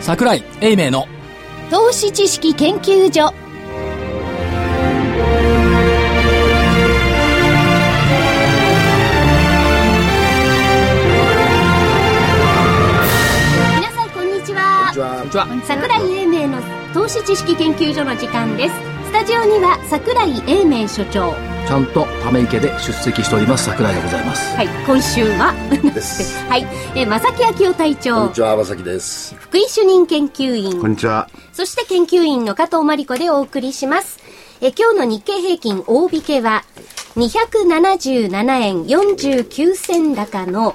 桜井英明の投資知識研究所皆さんこんにちはこんにちは桜井英明の投資知識研究所の時間ですスタジオには桜井英明所長ちゃんとため池で出席しております桜井でございますはい今週 はです。はいえ正木昭夫隊こ長んにちは、まさきです。福井主任研究員こんにちは。そして研究員の加藤真理子でお送りします。え今日の日経平均大引けは、277円49銭高の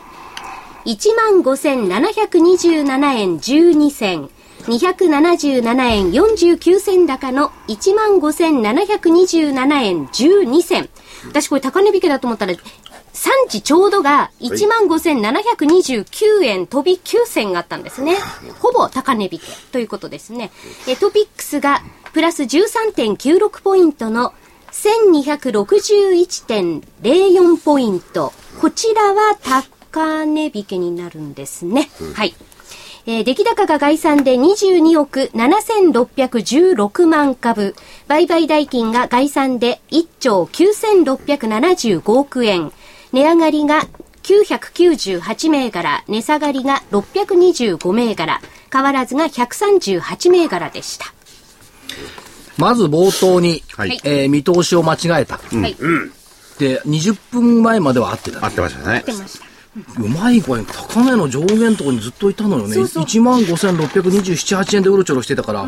15,727円12銭。277円49銭高の15,727円12銭。私これ高値引けだと思ったら、産地ちょうどが15,729円飛び9銭があったんですね。ほぼ高値引けということですね。えトピックスがプラス13.96ポイントの1261.04ポイント。こちらは高値引けになるんですね。はい。えー出来高が概算で22億7616万株。売買代金が概算で1兆9675億円。値上がりが998銘柄、値下がりが625銘柄、変わらずが138銘柄でした。まず冒頭に、はいえー見通しを間違えた、はい。出で20分前までは合ってた合ってましたね。ました。うまい声高値の上限のとこにずっといたのよねそうそう1万5627、8円でうろちょろしてたから、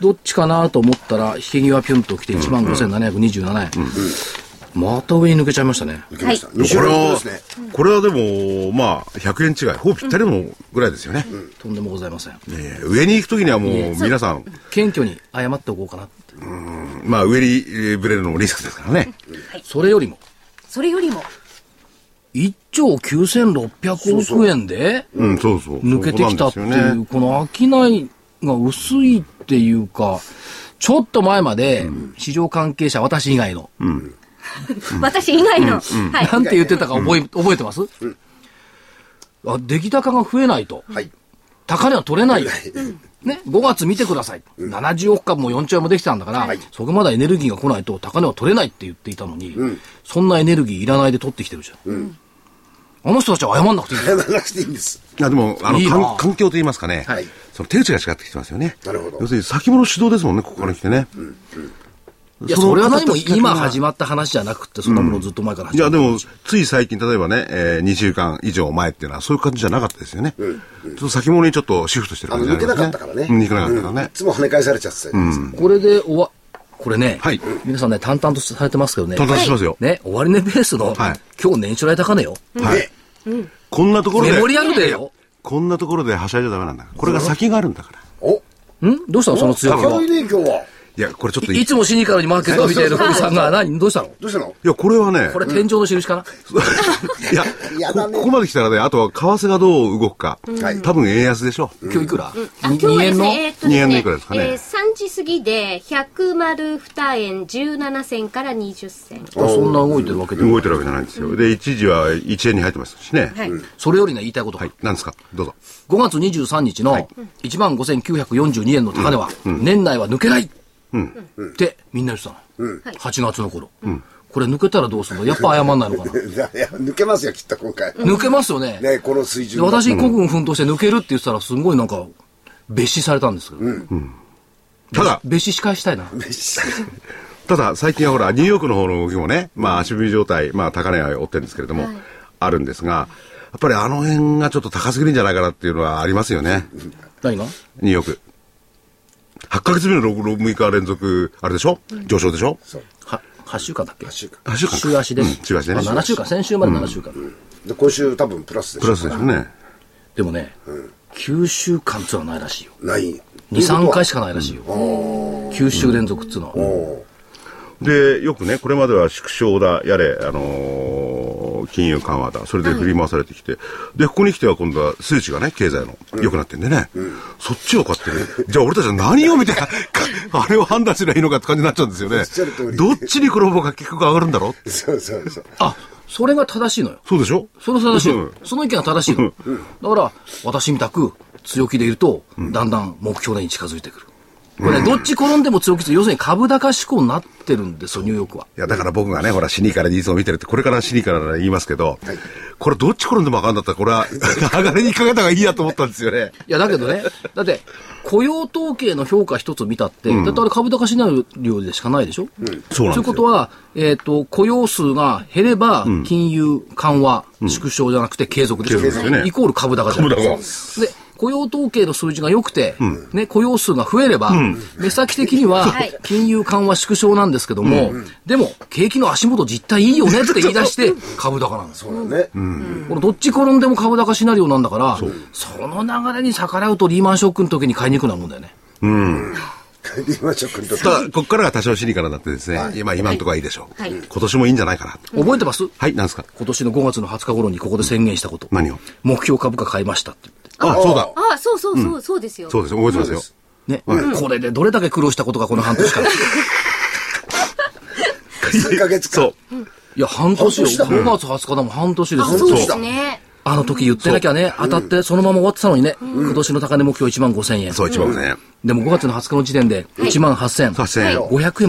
どっちかなと思ったら引け際ピュンと来て1万5727円、また上に抜けちゃいましたね受けました。はでも後これろの方はですね。、これはでも、まあ、100円違い、ほぼぴったりのぐらいですよね。とんでもございませんえー上に行くときにはもう、皆さん、謙虚に謝っておこうかなってまあ、上にえーぶれるのもリスクですからね。それよりもそれよりも、 1兆9600億円でうん、そうそう。抜けてきたってそこいなんう、ですこの商いが薄いっていうか、ちょっと前まで、市場関係者、私以外の、 私以外の、はい。なんて言ってたか覚え、覚えてますあ、出来高が増えないと。はい。高値は取れないよ。ね、5月見てください。70億株も4兆円もできたんだから、そこまでエネルギーが来ないと高値は取れないって言っていたのに、そんなエネルギーいらないで取ってきてるじゃん。あの人たちは謝んなくていい。謝らなくていいんです。いや、でも、あの、いいな環環境といいますかね、はいその手打ちが違ってきてますよね。なるほど要するに先物主導ですもんね、ここから来てね。いや、それは何も今始ままった話じゃなくって、そんなものずっと前からい始まや、っでも、つい最近、例えばね、え2週間以上前っていうのは、そういう感じじゃなかったですよね。ちょっと先物にちょっとシフトしてるあ感の、じ抜けがなありかまったからすねね。うん抜けなかったからうんねい。つも跳ね返されちゃってたじゃないですかこれで終わ、これね、はい皆さんね、淡々とされてますけどね、到達しますよ。ね、終値ベースの、はい今日年初来高値よ。はい。こんなところメモリで、アルデーよ。こんなところではしゃいじゃダメなんだ。これが先があるんだから。おんどうしたのその強気強。はいね、今日は。いや、これちょっとい、いいつもシニカルにマーケットを見ているそう福そう井さんが、何どうしたのどうしたのや、これはねこ、れ天井の印かな、いややだこ、ねここまで来たらね、あとは為替がどう動くか。はい多分円安でしょう。今日いくら、あに今日はですのね、えーっとです2円のねいくらですかねえー3時過ぎで、100丸2円17銭から20銭。あそんな動いてるわけで、動いてるわけじゃないんですよ。で、一時は1円に入ってますしね。はい。それよりね、言いたいことが、はい。なんですかどうぞ。 5月23日の15,942円の高値は、年内は抜けないってみんな言ってたの。はい8月の頃、これ抜けたらどうするのやっぱ謝んないのかないやいや、抜けますよ、きっと今回。抜けますよねね、この水で準。私孤軍奮闘して抜けるって言ってたらすごいなんか蔑視されたんですけど、ただ、蔑視し返したいなただ、最近はほら、ニューヨークの方の動きもね、まあ、足踏み状態、まあ、高値は追ってるんですけれども、あるんですが、やっぱりあの辺がちょっと高すぎるんじゃないかなっていうのはありますよね。何がニューヨーク。8ヶ月目の 6, 日連続、あれでしょ上昇でしょそう。は8週間だっけ週間。あ週間週足でうん週足でねあ7週間先週まで7週間、で、今週多分プラスでしょプラスでしょうね。でもね、9週間っつうのはないらしいよない。 23回しかないらしいよ、9週連続っつうのは、で、よくね、これまでは縮小だ、やれ、あのー金融緩和だ、それで振り回されてきて、で、ここに来ては今度は数値がね、経済の、良くなってんでね、そっちを買ってる。じゃあ俺たちは何を見て、かあれを判断すればいいのかって感じになっちゃうんですよっしゃる通ね。りどっちに黒棒が結局上がるんだろうそうそうそう。あそれが正しいのよそうでしょその正しい、うんその意見が正しいの、だから私みたく強気でいると、だんだん目標に近づいてくる。これね、どっち転んでも強気って、要するに株高志向になってるんですよ、ニューヨークは。いや、だから僕がね、ほら、死にからにいつも見てるって、これから死にから言いますけど、これどっち転んでもあかんだったら、これは、上がりにかけた方がいいやと思ったんですよね。いや、だけどね、だって、雇用統計の評価一つ見たって、だってあれ株高シナリオでしかないでしょ、そうなんですよということは、えっ、と、雇用数が減れば、金融緩和、縮小じゃなくて継続でしょ、継続ですよねイコール株高じゃない株高で、雇用統計の数字が良くて、ね、雇用数が増えれば、目先的にははい金融緩和縮小なんですけども、でも、景気の足元実態いいよねって言い出して、株高なんですよそうだね。このどっち転んでも株高シナリオなんだから、その流れに逆らうとリーマンショックの時に買いにくくなるもんだよね。帰りましょう、国と。ただ、ここからが多少死にからになってですね、今、今のところはいいでしょう。はい今年もいいんじゃないかなと。覚えてます、はい、なんですか今年の5月の20日頃にここで宣言したこと。何を目標株価買いましたって言って。あ、そうだ。ああ、そうそうそう、そうですよ。そうです、覚えてますよ。ね、これでどれだけ苦労したことか、この半年間。い数ヶ月間。そう。や、半年よ。半年だ5月20日でも半年であすそうよ。ですね。あの時言ってなきゃね、当たってそのまま終わってたのにね、今年の高値目標1万5000円。そう、一番ね。でも5月の20日の時点で1万8500 8000円。円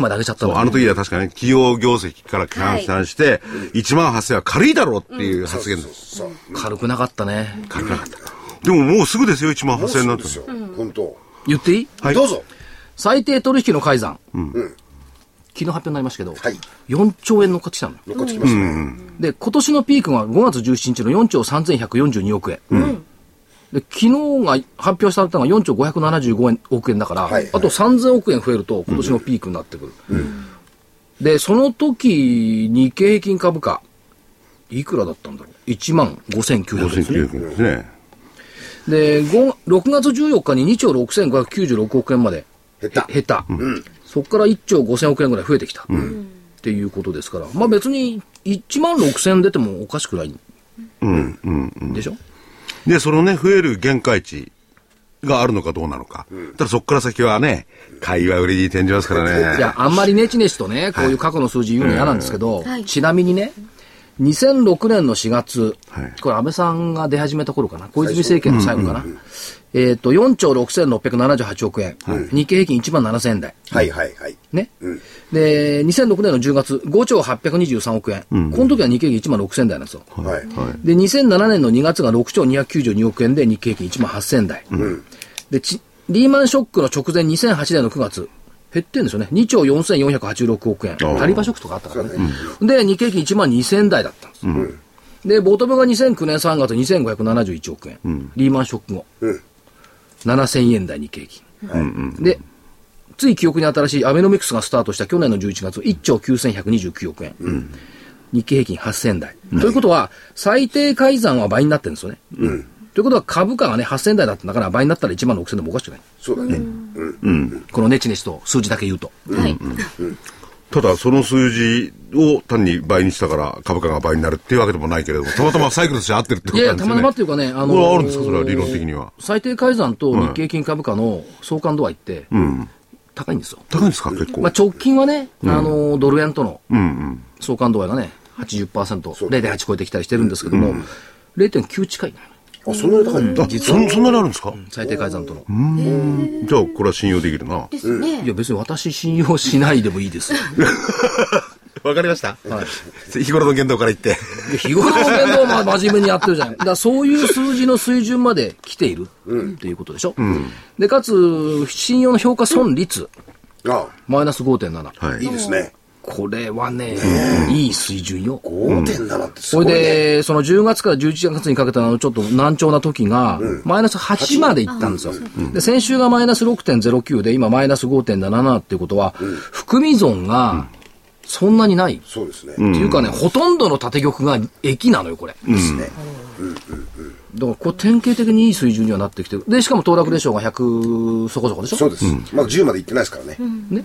まで上げちゃったそうの。あの時は確かね、企業業績から換算して、1万8000は軽いだろうっていう発言です。そう。軽くなかったね。軽くなかった。でももうすぐですよ、1万もう8000すになっぐたでのすよ。本当。言っていいはいどうぞ。最低取引の改ざん、昨日発表になりましたけど、はい4兆円乗っかってきたのよ残ってきましたね。で今年のピークが5月17日の4兆3142億円、で昨日が発表されたのが4兆575円億円だから、はいあと3000億円増えると今年のピークになってくる、でその時日経平均株価いくらだったんだろう1万5900円ですね5900円ですね。で5 6月14日に2兆6596億円まで減った。減った、そこから1兆5000億円ぐらい増えてきた、っていうことですから、まあ、別に1万6000出てもおかしくないでしょ、で、そのね、増える限界値があるのかどうなのか。ただそこから先はね、会話売りに転じますからね。いやあんまりネチネチとねこういう過去の数字言うの嫌なんですけど、はいちなみにね2006年の4月、はいこれ安倍さんが出始めた頃かな小泉政権の最後かな、えっ、と4兆6678億円、日経平均1万7000円台はいはいはい。ね、で2006年の10月5兆823億円、この時は日経平均1万6000台なんですよ、はい。はい。で、2007年の2月が6兆292億円で日経平均1万8000台。でち、リーマンショックの直前2008年の9月、減ってんですよね。2兆4486億円。ータリバショックとかあったからね。で、日経平均1万2000台だったんです。で、ボトムが2009年3月2571億円。リーマンショック後。うん。 7000円台日経平均。で、つい記憶に新しいアベノミクスがスタートした去年の11月、1兆9129億円。日経平均8000台。ということは、最低改ざんは倍になってるんですよね。ということは株価がね、8000台だったんだから倍になったら1万6000でもおかしくない。そうだね。このネチネチと数字だけ言うと。はい。ただその数字を単に倍にしたから株価が倍になるっていうわけでもないけれども、たまたまサイクルとして合ってるってこいとやいなや、んでたすよまね。たまっていうかね、あこれはあるんですかそれは理論的には。最低改ざんと日経平均株価の相関度合いって、うん。高いんですよ。高いんですか結構。まあ、直近はね、あの、ドル円とのうんうん。相関度合いがね、80%、そうだね0.8超えてきたりしてるんですけども、0.9近いな、あ、そんなに高いんだあ、そんそんなにあるんですか最低改ざんとの。じゃあこれは信用できるな。わですね。いや、別に私信用しないでもいいですよ。かりました日頃の言動から言って。いや日頃の言動は真面目にやってるじゃん。だからそういう数字の水準まで来ているっていうことでしょ。で、かつ、信用の評価損率、あ、マイナス5.7。はいいい。ですね。これはね、いい水準よ。 5.7ってすそごれいね。で、その10月から11月にかけたのちょっと難聴な時が、マイナス8までいったんですよ。で、先週がマイナス6.09で、今マイナス5.77っていうことは、含み損がそんなにない。そうですね。っていうかね、ほとんどの縦玉が駅なのよ、これ。ですね。だから、これ典型的にいい水準にはなってきてる。で、しかも騰落レシオが100そこそこでしょそうです。まだ10まで行ってないですからね。ね。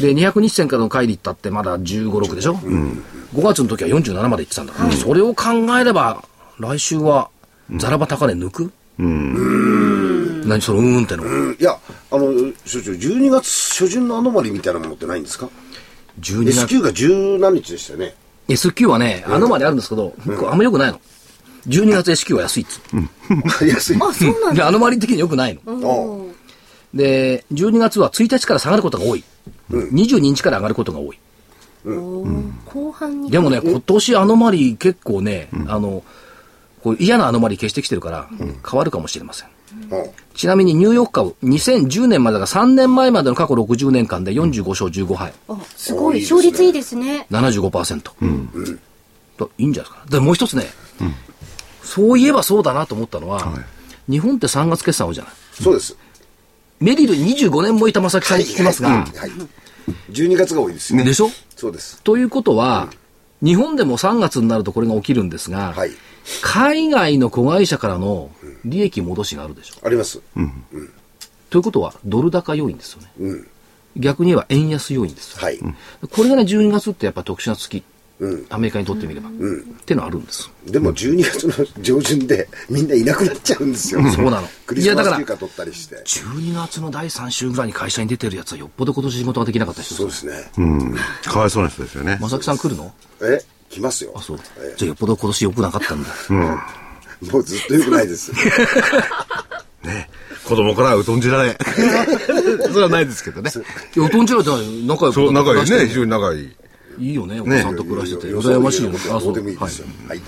で、200日線からの乖離ったってまだ15、6でしょ ?5 月の時は47まで行ってたんだから、それを考えれば、来週は、ザラバ高値抜くうん。何そのうーんっての。うんいや、あの、所長、12月初旬のアノマリーみたいなものってないんですか12 ?S 月。 q が十何日でしたよね。 SQ はね、あのまであるんですけど、僕あんま良くないの。 12月 S q は安いっつう安い。あ、そうなんで、だ。アノマリ的に良くないの。おーで、12月は1日から下がることが多い。22日から上がることが多い。おー後半に。でもね、今年アノマリ結構ね、あの、こう嫌なアノマリ消してきてるから、変わるかもしれません。うんちなみにニューヨーク株、2010年までが3年前までの過去60年間で45勝15敗、あすごいおーいいですね勝率いいですね。 75%。といいんじゃないですか。で、もう一つね、そういえばそうだなと思ったのは、日本って3月決算多いじゃない。そうです。メリルに25年もいた正木さんに聞きますが、はいはい。12月が多いですよ。でしょそうです。ということは、日本でも3月になるとこれが起きるんですが、はい海外の子会社からの利益戻しがあるでしょ。あります。ということは、ドル高要因ですよね。うん。逆に言えば円安要因ですよ。はい。これがね、12月ってやっぱ特殊な月。うんアメリカにとってみれば。ってのあるんです。でも12月の上旬でみんないなくなっちゃうんですよ。そうなのクリスマいやだからス休暇取ったりして。 12月の第3週ぐらいに会社に出てるやつはよっぽど今年仕事ができなかった人そうです。ですね。うん。かわいそうな人ですよね。まさきさん来るのえ来ますよ。あ、そう。えじゃあよっぽど今年良くなかった んだ。もうずっと良くないです。子供からうとんじられ。それはないですけどね。いや、おとんちらじゃない仲良くそう、 仲いい暮らね。し非て常に仲いい。いいよね、お子さんと暮らしてて。 よそ よ羨ましいよね。どうでもいいではすよ。はい。い。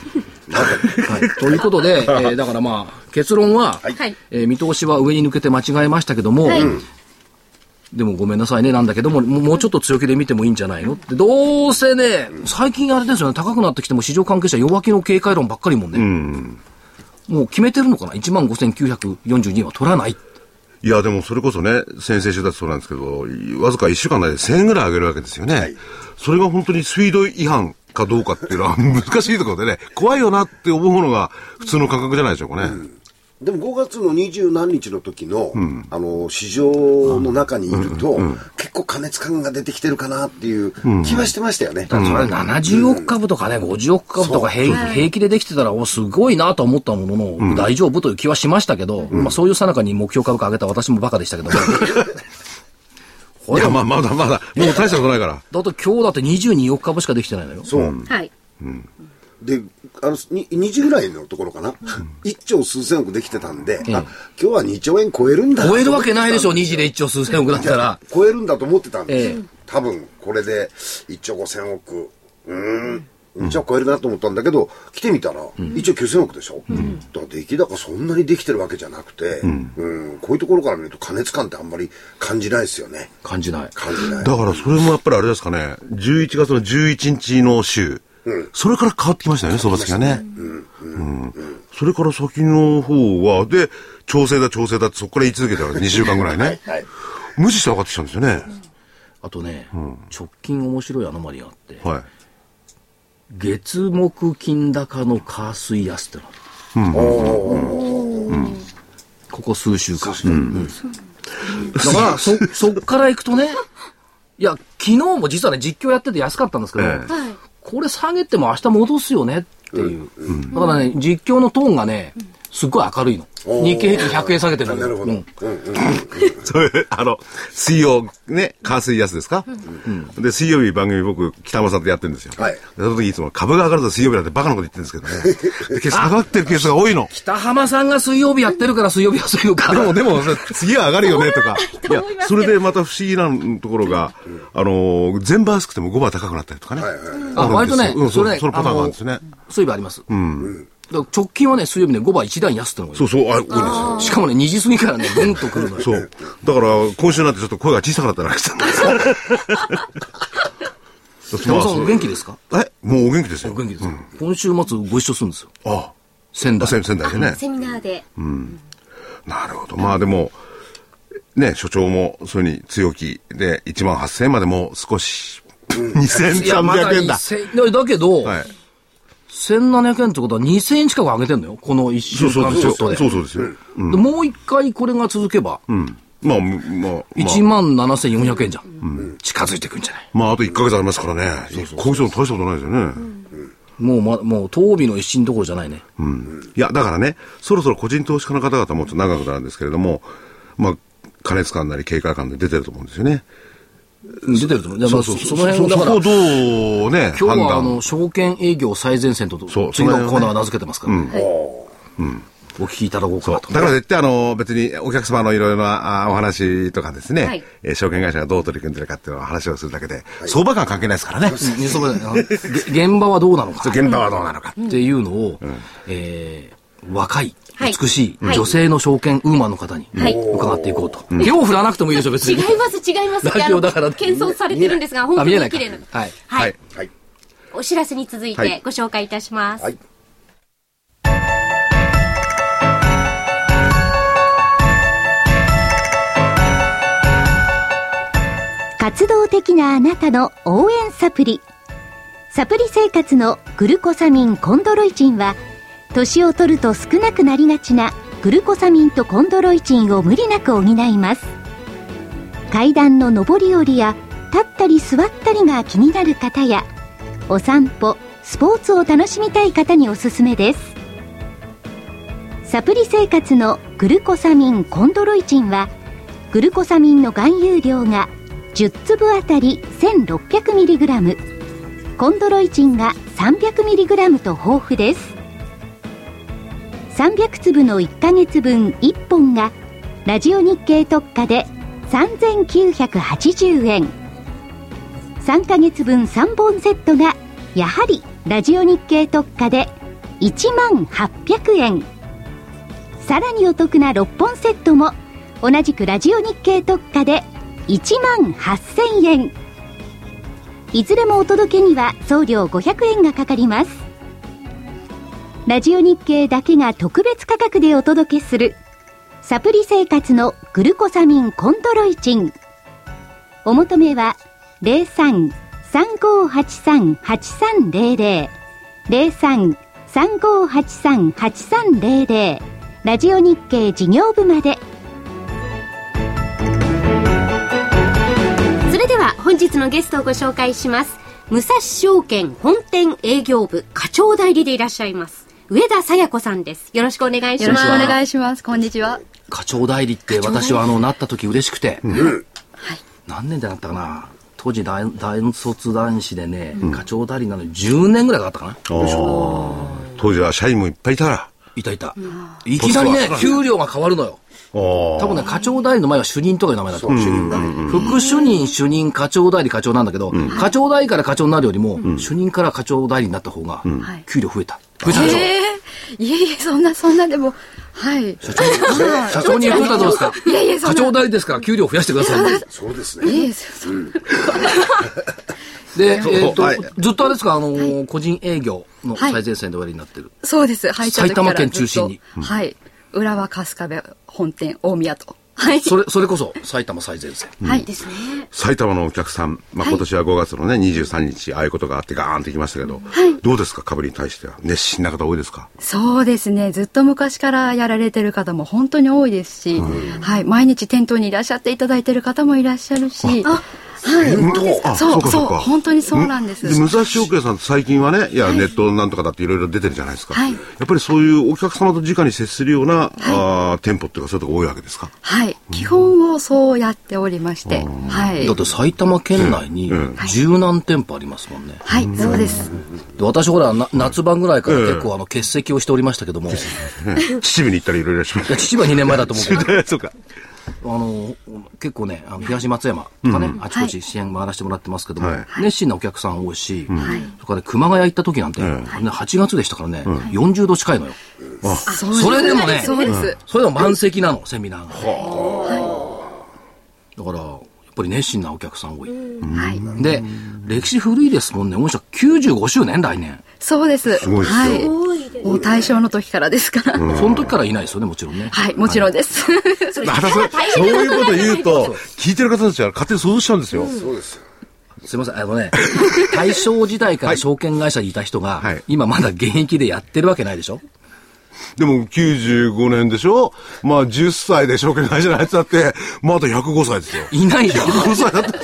はいということで、えーだからまあ、結論は、はいえー見通しは上に抜けて間違えましたけども、はいでもごめんなさいね、なんだけども、もうもうちょっと強気で見てもいいんじゃないのって、どうせね、最近あれですよね、高くなってきても市場関係者弱気の警戒論ばっかりもんね。もう決めてるのかな ?15,942 は取らない。いや、でもそれこそね、先々週だってそうなんですけど、いわずか1週間内で1000円ぐらい上げるわけですよね。それが本当にスピード違反かどうかっていうのは難しいところでね、怖いよなって思うのが普通の感覚じゃないでしょうかね。でも5月の二十何日の時の、あの、市場の中にいると、結構加熱感が出てきてるかなっていう気はしてましたよね。それ70億株とかね、50億株とか平気平気でできてたら、おすごいなと思ったものの、大丈夫という気はしましたけど、まあそういうさなかに目標株価上げた私もバカで したけども、いや、まあ、まだまだ、もう大したことないから。だって今日だって22億株しかできてないのよ。そう。はい。で、あの、に2時ぐらいのところかな。一兆数千億できてたんで、あ、今日は2兆円超えるんだ。超えるわけないでしょ、2時で1兆数千億だったら。超えるんだと思ってたんですよ、ええ多分これで1兆5000億うーん1兆超えるなと思ったんだけど来てみたら1兆9000億でしょ、だから出来高そんなにできてるわけじゃなくて、うん、こういうところから見ると加熱感ってあんまり感じないですよね感じない。感じない。だからそれもやっぱりあれですかね、11月の11日の週、それから変わってきましたよね、相場付きがね。うんそれから先の方は、で、調整だ調整だってそこから言い続けたら2週間ぐらいねはい無視して上がってきたんですよね。あとね、直近面白いアノマリがあって、はい。月木金高の火水安ってのがあるここ数週間。うんだから、そ、そっから行くとね、いや、昨日も実はね、実況やってて安かったんですけど、ええはい。これ下げても明日戻すよねっていう。だからね、実況のトーンがね、すっごい明るいの。日経平均100円下げてるあんだなけるど。ほうど、んうんうんそれ、あの、水曜、ね、火水安ですか、で、水曜日番組僕、北山さんとやってるんですよ。はいでその時いつも株が上がると水曜日だってバカなこと言ってるんですけどね。で、決して上がってるケースが多いの。北浜さんが水曜日やってるから水曜日はそういうかで。も、でも、次は上がるよ ねとか。い思いやますけど、それでまた不思議なところが、あのー、全番安くても5番高くなったりとかね。はいはいあ、割とねう、んそそれねれ、そのパターンがあるんですね。あのそういえばあります。うん。だから直近はね、水曜日ね、5倍1段安ってのがそうそう、あ、多いんですよ。しかもね、2時過ぎからね、ぐんとくるのよ。そう。だから、今週なんてちょっと声が小さくなったらしいんですよ北山さん、お元気ですかえもうお元気ですよ。お元気ですか今週末ご一緒するんですよ。あ仙あ、台。仙仙台でね。セミナーで。なるほど。まあでも、ね、所長も、それに強気で、1万8000円までもう少し、いや、まだ2300円だ。 1000いやだけど、はい。 1700円ってことは2000円近く上げてんのよ。この1そ週うそ間うちそょう。っとで。そうそうですよ。でもう一回これが続けば、うん。まあ、むまあ、ま1あ、万7400円じゃん。近づいてくんじゃないまあ、あと1ヶ月ありますからね。1個以上大したことないですよね。もう、ま、もう、当日の一新どころじゃないね。いや、だからね、そろそろ個人投資家の方々もちょっと長くなるんですけれども、まあ、過熱感なり警戒感で出てると思うんですよね。出てると思う。じゃあまあそその辺をそだそかこをら、どうね、判今日はあ断の、。証券営業最前線と、そう次その辺のをねコーナーは名付けてますから、ああお聞きいただこうかなと。だから絶対あの、別にお客様のいろいろなあお話とかですね、はいえー証券会社がどう取り組んでるかっていうのを話をするだけで、相場感関係ないですからね。うんねそうだよねあのげ現場はどうなのか。現場はどうなのか。っていうのを、えー若い、はい美しい、はい女性の証券ウーマンの方にはい伺っていこうと。手を振らなくてもいいでしょ、別違いに。ます、違います。ラジオだからあの謙遜されてるんですが、本あ、当見えなにいか綺麗な。。はい。ははいい。はいお知らせに続いはいてご紹介いたします。はい活動的なあなたの応援サプリサプリ生活のグルコサミンコンドロイチンは年を取ると少なくなりがちなグルコサミンとコンドロイチンを無理なく補います階段の上り下りや立ったり座ったりが気になる方やお散歩スポーツを楽しみたい方におすすめですサプリ生活のグルコサミンコンドロイチンはグルコサミンの含有量が10粒あたり 1600mg コンドロイチンが 300mg と豊富です300粒の1ヶ月分1本がラジオ日経特価で3980円3ヶ月分3本セットがやはりラジオ日経特価で1万800円さらにお得な6本セットも同じくラジオ日経特価で1万8000円いずれもお届けには送料500円がかかりますラジオ日経だけが特別価格でお届けするサプリ生活のグルコサミンコンドロイチンお求めは03-3583-8300 03-3583-8300ラジオ日経事業部までそれでは本日のゲストをご紹介します。武蔵証券本店営業部課長代理でいらっしゃいます。上田さや子さんです。よろしくお願いしよろましす。くお願いします。こんにちは。課長代理って私はあの、なった時嬉しくて、うん何年でなったかな。当時大、大卒男子でね、課長代理なのに10年ぐらいかかったかな。当時は社員もいっぱいいたら。いたいた。いきなりねポ、ストは給料が変わるのよ。多多分ね、課長代理の前は主任とかいう名前だった。そう主任だね副主任、主任、課長代理、課長なんだけど、課長代理から課長になるよりも、主任から課長代理になった方が、給料増えた。増えたでしょええいえいえ、そんな、そんなでも、はい。社長、社長に増えたらどうですかいやいやそん課な長代理ですから、給料増やしてくださ い。そうですいえねいえ、そんなで、えっとはい、ずっとあれですか、あの、個人営業の最前線で終わりになってる。そうです。はい、埼玉県中心にちょっとはい。浦和春日部本店大宮と。はい。それ、それこそ、埼玉最前線。はい。ですね。埼玉のお客さん、まあ、今年は5月のね、23日、ああいうことがあってガーンってきましたけど、どうですか、株に対しては。熱心な方多いですかそうですね。ずっと昔からやられてる方も本当に多いですし、はい。毎日店頭にいらっしゃっていただいてる方もいらっしゃるし、はい。本当ですかあそうかそうか本当にそうなんです武蔵証券さんって最近はね、いや、ネットなんとかだっていろいろ出てるじゃないですか。はいやっぱりそういうお客様と直に接するような、あー店舗っていうか、そういうとこ多いわけですかはい。基本をそうやっておりまして、はいだっ。て埼玉県内に十何店舗ありますもんね。はい、そうです。で私ほら、な夏場ぐらいから結構あの、欠席をしておりましたけども、いうん秩父に行ったりいろい ろしまやす。 父は2年前だと思うけど、そうか。あの結構ね、あの東松山とかね、あちこち支援回らせてもらってますけども、はい熱心なお客さん多いし、それからね熊谷行った時なんて、ね、8月でしたからね、40度近いのよ。そそれでもねそうです。それでも満席なの、セミナーが。だから、やっぱり熱心なお客さん多い。はい。で、歴史古いですもんね、御社95周年、来年。そうです。ごいですよはい。もう大正の時からですから。その時からいないですよね、もちろんね。はい、もちろんです。またそうそういうこと言うと、聞いてる方たちは勝手に想像しちゃうんですよ。そうですよすいません、あのね、 大正時代から証券会社にいた人が、はい今まだ現役でやってるわけないでしょでも95年でしょまあ10歳で証券会社のやつだって、まだ105歳ですよ。いないよ。 105歳だって。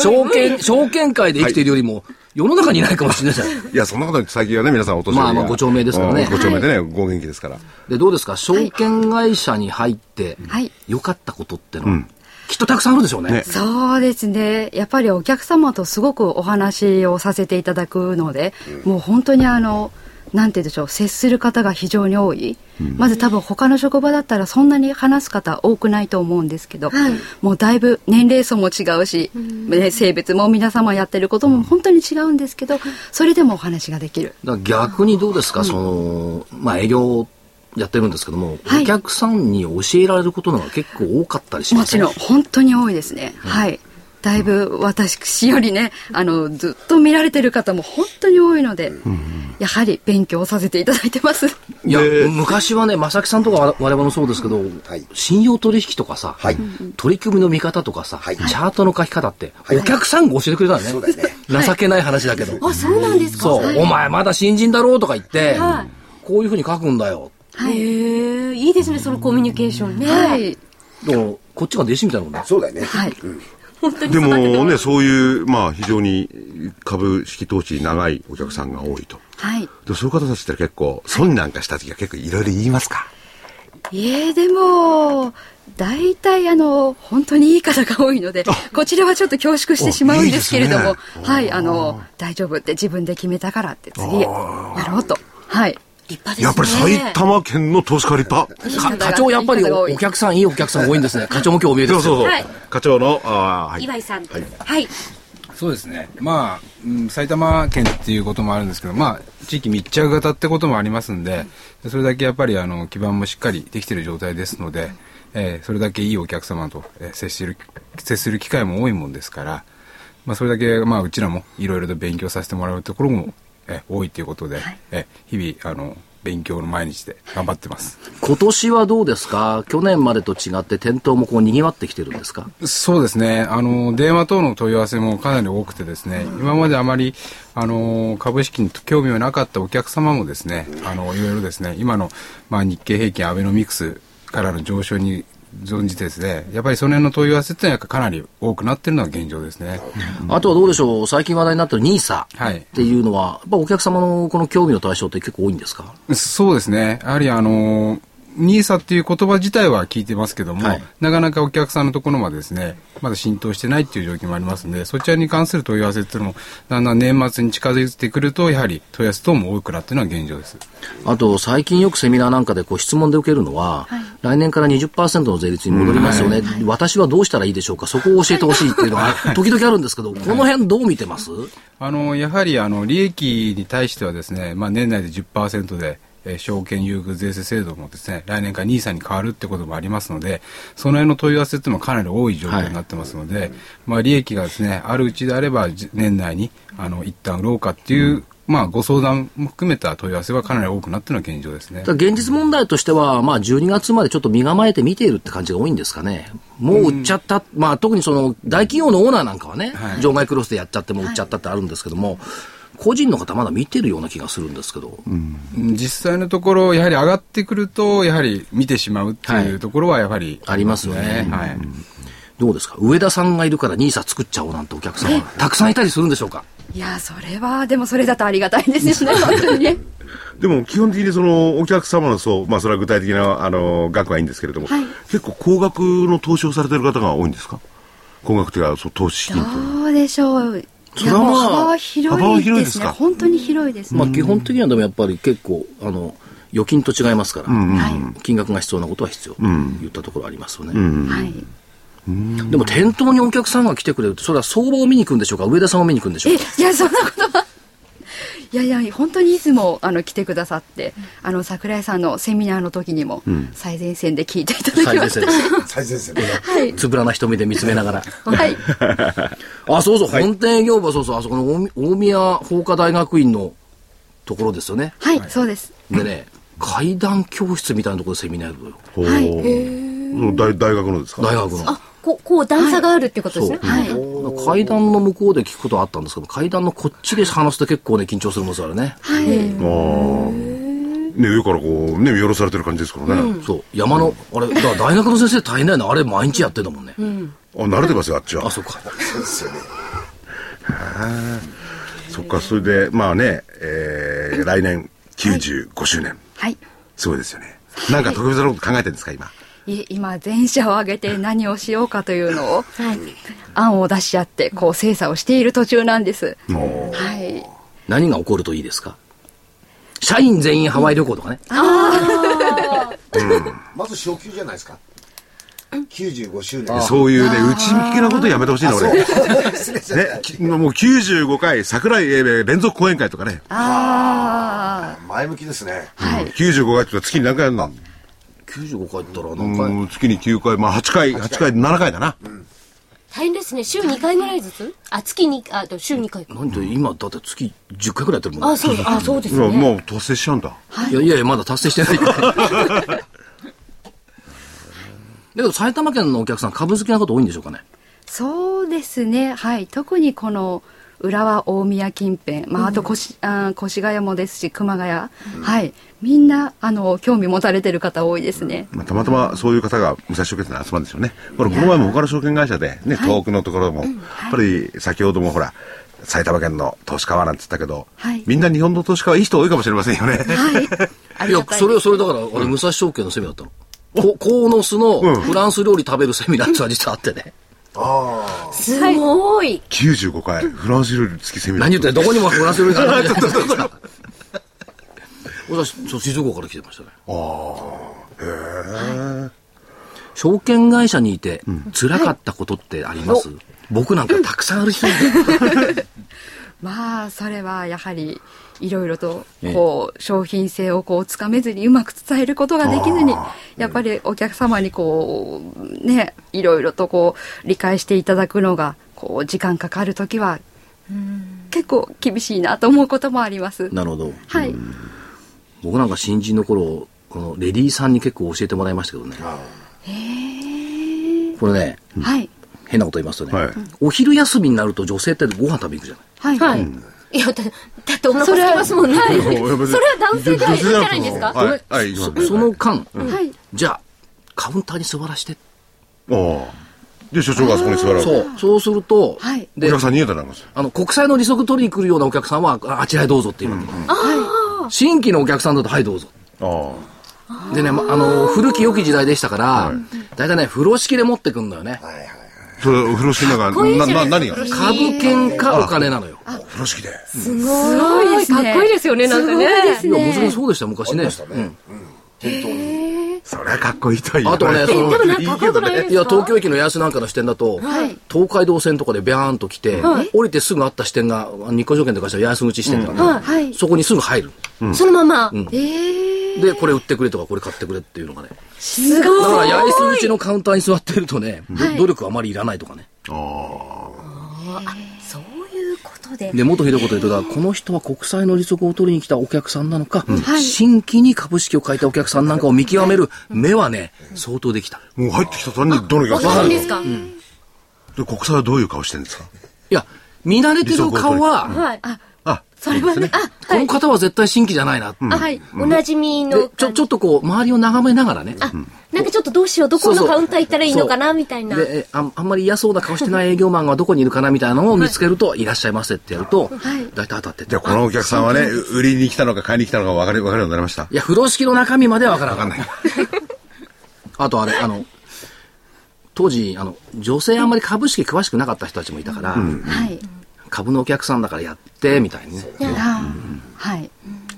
証券、証券界で生きているよりも、世の中にいないかもしれないじゃない。いや、そんなこと最近はね、皆さんお年寄りがまあまあご長命ですからねうんご長命でね、ご元気ですから。で、どうですか証券会社に入って はい、良かったことってのは、きっとたくさんあるでしょうね。ねそうですね。やっぱりお客様とすごくお話をさせていただくので、もう本当にあの、なんて言うんでしょう、接する方が非常に多い。まず多分他の職場だったらそんなに話す方多くないと思うんですけど、もうだいぶ年齢層も違うし、ね性別も皆様やってることも本当に違うんですけど、それでもお話ができる。だから逆にどうですか、その、まあ営業やってるんですけども、はいお客さんに教えられることのが結構多かったりしもますちろん、本当に多いですね。はい。だいぶ私よりね、あの、ずっと見られてる方も本当に多いので、やはり勉強させていただいてます。いやで、昔はね、正木さんとか我々もそうですけど、はい信用取引とかさ、はい取り組みの見方とかさ、はいチャートの書き方って、はいお客さんが教えてくれたのね。そうだよね情けない話だけど。あ、そうなんですか。そう、はいお前まだ新人だろうとか言って、はいこういうふうに書くんだよ。はい。へえ、いいですね、そのコミュニケーションね。はい。だから、こっちが弟子みたいなもんだ。そうだよね。はい。でもね、そういう、まあ、非常に株式投資に長いお客さんが多いと。はい。でそういう方たちって結構、損なんかした時は結構いろいろ言いますか。いえ、でも、大体あの、本当にいい方が多いので、こちらはちょっと恐縮してしまうんですけれどおいもいで、はい、あの、大丈夫って自分で決めたからって次へやろうと。はい。立派ですね。やっぱり埼玉県の投資家立派。か課長、やっぱりおお客さん、いいお客さん多いん ですね。課長も今日お見えでそうす。そうそう。はい課長の、あーはい。岩井さん。ははいい。そうですね。まあ、うん、埼玉県っていうこともあるんですけど、まあ、地域密着型ってこともありますんで、それだけやっぱり、あの、基盤もしっかりできてる状態ですので、えーそれだけいいお客様と、えー接する、接する機会も多いもんですから、まあ、それだけ、まあ、うちらもいろいろと勉強させてもらうところも、えー多いということで、えー日々、あの、勉強の毎日で頑張ってます。今年はどうですか去年までと違って店頭もこう賑わってきてるんですかそうですね。あの、電話等の問い合わせもかなり多くてですね、今まであまり、あの、株式に興味がなかったお客様もですね、あの、いろいろですね、今の、まあ、日経平均アベノミクスからの上昇に存じてですね、やっぱりその辺の問い合わせっていうのはかなり多くなってるのは現状ですね。あとはどうでしょう最近話題になってる NISA はいっていうのは、やっぱお客様のこの興味の対象って結構多いんですかそうですね。やはりあの、ニーサっていう言葉自体は聞いてますけども、はいなかなかお客さんのところまでですね、まだ浸透してないっていう状況もありますので、そちらに関する問い合わせっていうのも、だんだん年末に近づいてくると、やはり問い合わせ等も多くなっていうのは現状です。あと、最近よくセミナーなんかでこう質問で受けるのは、来年から20%の税率に戻りますよね、私はどうしたらいいでしょうかそこを教えてほしいっていうのが時々あるんですけど、この辺どう見てますあのやはりあの利益に対してはですね、まあ、年内で10%で、えー証券優遇税制制度もですね来年から NISA に変わるってこともありますのでその辺の問い合わせっていうのもかなり多い状況になってますので、まあ、利益がですねあるうちであればじ年内にあの一旦売ろうかっていう、まあ、ご相談も含めた問い合わせはかなり多くなってるのが現状ですねただ。現実問題としては、まあ、12月までちょっと身構えて見ているって感じが多いんですかね。もう売っちゃった、まあ、特にその大企業のオーナーなんかはね、場外クロスでやっちゃってもう売っちゃったってあるんですけども、個人の方まだ見てるような気がするんですけど、うん実際のところやはり上がってくるとやはり見てしまうってはいいうところはやはりありますよねはいどうですか上田さんがいるから NISA 作っちゃおうなんてお客さんはたくさんいたりするんでしょうかいや、それは、でもそれだとありがたいです よね、本当にね。でも基本的にそのお客様の層、まあそれは具体的なあの額はいいんですけれども、結構高額の投資をされてる方が多いんですか高額というか、そう投資資金というのはどうでしょう。いや、それはもうまあ幅は広幅はい広いでですすね。か本当に広いですね。まあ、基本的にはでもやっぱり結構あの預金と違いますから、金額が必要なことは必要と言ったところありますよね、はい。でも店頭にお客さんが来てくれるとそれは相場を見に行くんでしょうか上田さんを見に行くんでしょえ、ういかや、そんなことは。いやいや、本当にいつも、あの、来てくださって、あの、桜井さんのセミナーの時にも、最前線で聞いていただ最きま前した。線です最先生ね。はい。つぶらな瞳で見つめながらはい。あそうそう、本店営業部はそうそうあそこの大宮大宮法科大学院のところですよねはい、そうです。でね階段教室みたいなところでセミナーやるのよほう大大学のですか大学のあ、こう、こう段差があるってことですね。はい。階段の向こうで聞くことはあったんですけど階段のこっちで話すと結構ね緊張するもんですからねあーね、上からこう、ね、見下ろされてる感じですからね。そう山の、あれだから大学の先生大変だよねあれ毎日やってんだもんね、あ、慣れてますよ、あっちは。あそうかそうですよね。そっか、それで、まあね、えー、来年95周年。はい。すごいですよね。なんか特別なこと考えてるんですか、今。い今全社を挙げて何をしようかというのを、案を出し合ってこう精査をしている途中なんです、はい、何が起こるといいですか社員全員ハワイ旅行とかね。まず昇級じゃないですか。95周年。そういうね、内向きなことやめてほしいな、俺。ね、失礼しましたきもう95回、桜井英明連続講演会とかね。あ前向きですね。あは95回い、って言ったら月に何回やるんだ95回行ったらう何回、ん月に9回、まあ8回、8回、7回だな。大変ですね。週2回ぐらいずつあ、月に、あ、と週2回か。なんで今だって月10回くらいやってるもんねあ、そう、あ、そうですもうね。もう達成しちゃうんだ。いやいやいや、まだ達成してない。だけど埼玉県のお客さん、株好きなこと多いんでしょうかね。そうですね、はい、特にこの浦和、大宮近辺、まあ、あと越,、あー越谷もですし、熊谷、はい、みんなあの興味持たれてる方、多いですね。まあ、たまたまそういう方が武蔵証券さんに集まるんでしょうね。ほら、この前も他の証券会社で、ね、遠くのところも、やっぱり先ほどもほら、埼玉県の投資家はなんて言ったけど、はいみんな日本の投資家はいい人多いかもしれませんよね。はい、 あいりやが、たいそれではすそれだから、俺、武蔵証券のセミナーだったの。こ鴻巣のフランス料理食べるセミナーってのは実はあってね。すごい。 95回、フランス料理付きセミナー。何言ってんのどこにもフランス料理が あるんだよ。俺はそう静岡から来てましたね。ああ。へえ。証券会社にいて、辛かったことってあります、僕なんかたくさんある人なんだよまあそれはやはりいろいろとええこう商品性をこうつかめずにうまく伝えることができずにやっぱりお客様にこうねいろいろとこう理解していただくのがこう時間かかる時は結構厳しいなと思うこともあります。 なるほど。はい、僕なんか新人の頃、このレディーさんに結構教えてもらいましたけどね。これね、はい、変なこと言いますとね、はいお昼休みになると女性ってご飯食べに行くじゃない。はい、はい。いや、だだってお腹空きますもんね。はいそれ は男性がいいんじゃないんですかはい、はい、そはいその間、はいじゃあ、カウンターに座らして。おーで、所長があそこに座るわけ。そう。そうすると、はいおで客、さん逃げたらなんですよ。あの、国債の利息取りに来るようなお客さんは、ああちらへどうぞっていうわけ、新規のお客さんだと、はい、どうぞ。あでね、ま、あの、古き良き時代でしたから、大体ね、風呂敷で持ってくんだよね。あ。それ、お風呂敷の中、な、な、何が株券かお金なのよ。風呂敷で。すごいですね。かっこいいですよね、なんかね。いや、もちろんそうでした、昔ね。うんそりゃかっこいいとは言あとね、その、なんかかっこよくないですかいや、東京駅の八重洲なんかの支店だと、東海道線とかでビャーンと来て、降りてすぐあった支店が、日光証券とかしたら八重洲口支店だから、はい、そこにすぐ入る。そのまま。で、これ売ってくれとか、これ買ってくれっていうのがね。すだかごら、い。八重洲口のカウンターに座ってるとね、努力あまりいらないとかね。そういうことで。で、元ひどいこと言うと、だからこの人は国債の利息を取りに来たお客さんなのか、新規に株式を買いたお客さんなんかを見極める目はね、相当できた。もう入ってきた途端にどのわ客かさるんんですでか国債はどういう顔してるんですかいや、見慣れてる顔は、はい。あ、あ、それはね、この方は絶対新規じゃないな。あ、はい、おなじみので、ち感ょ、じ。ちょっとこう、周りを眺めながらね。あ、なんかちょっとどうしよう、どこそのうそうカウンター行ったらいいのかな、みたいな。で、えあんあんまり嫌そうな顔してない営業マンがどこにいるかなみたいなのを見つけると、い、らっしゃいませってやると、大体当たってて。じゃあこのお客さんはね、売りに来たのか買いに来たのか分かる、分かるようになりましたい。や、風呂敷の中身まではわからんわかんない。 あとあれ、あの、当時、あの、女性あんまり株式詳しくなかった人たちもいたから、はい、株のお客さんだからやって、みたいにね。あはい、